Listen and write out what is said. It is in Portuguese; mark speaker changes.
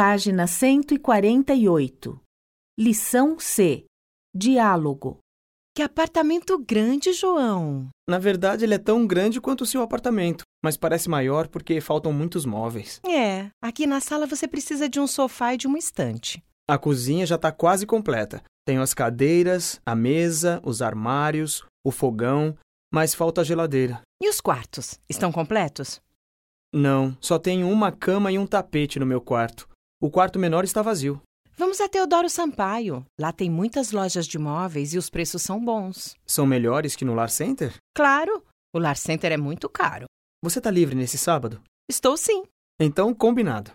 Speaker 1: Página 148. Lição C. Diálogo.
Speaker 2: Que apartamento grande, João!
Speaker 3: Na verdade, ele é tão grande quanto o seu apartamento, mas parece maior porque faltam muitos móveis.
Speaker 2: É, aqui na sala você precisa de um sofá e de uma estante.
Speaker 3: A cozinha já está quase completa. Tenho as cadeiras, a mesa, os armários, o fogão, mas falta a geladeira.
Speaker 2: E os quartos? Estão completos?
Speaker 3: Não, só tenho uma cama e um tapete no meu quarto. O quarto menor está vazio.
Speaker 2: Vamos a Teodoro Sampaio. Lá tem muitas lojas de móveis e os preços são bons.
Speaker 3: São melhores que no Lar Center?
Speaker 2: Claro, o Lar Center é muito caro.
Speaker 3: Você está livre nesse sábado?
Speaker 2: Estou sim.
Speaker 3: Então, combinado.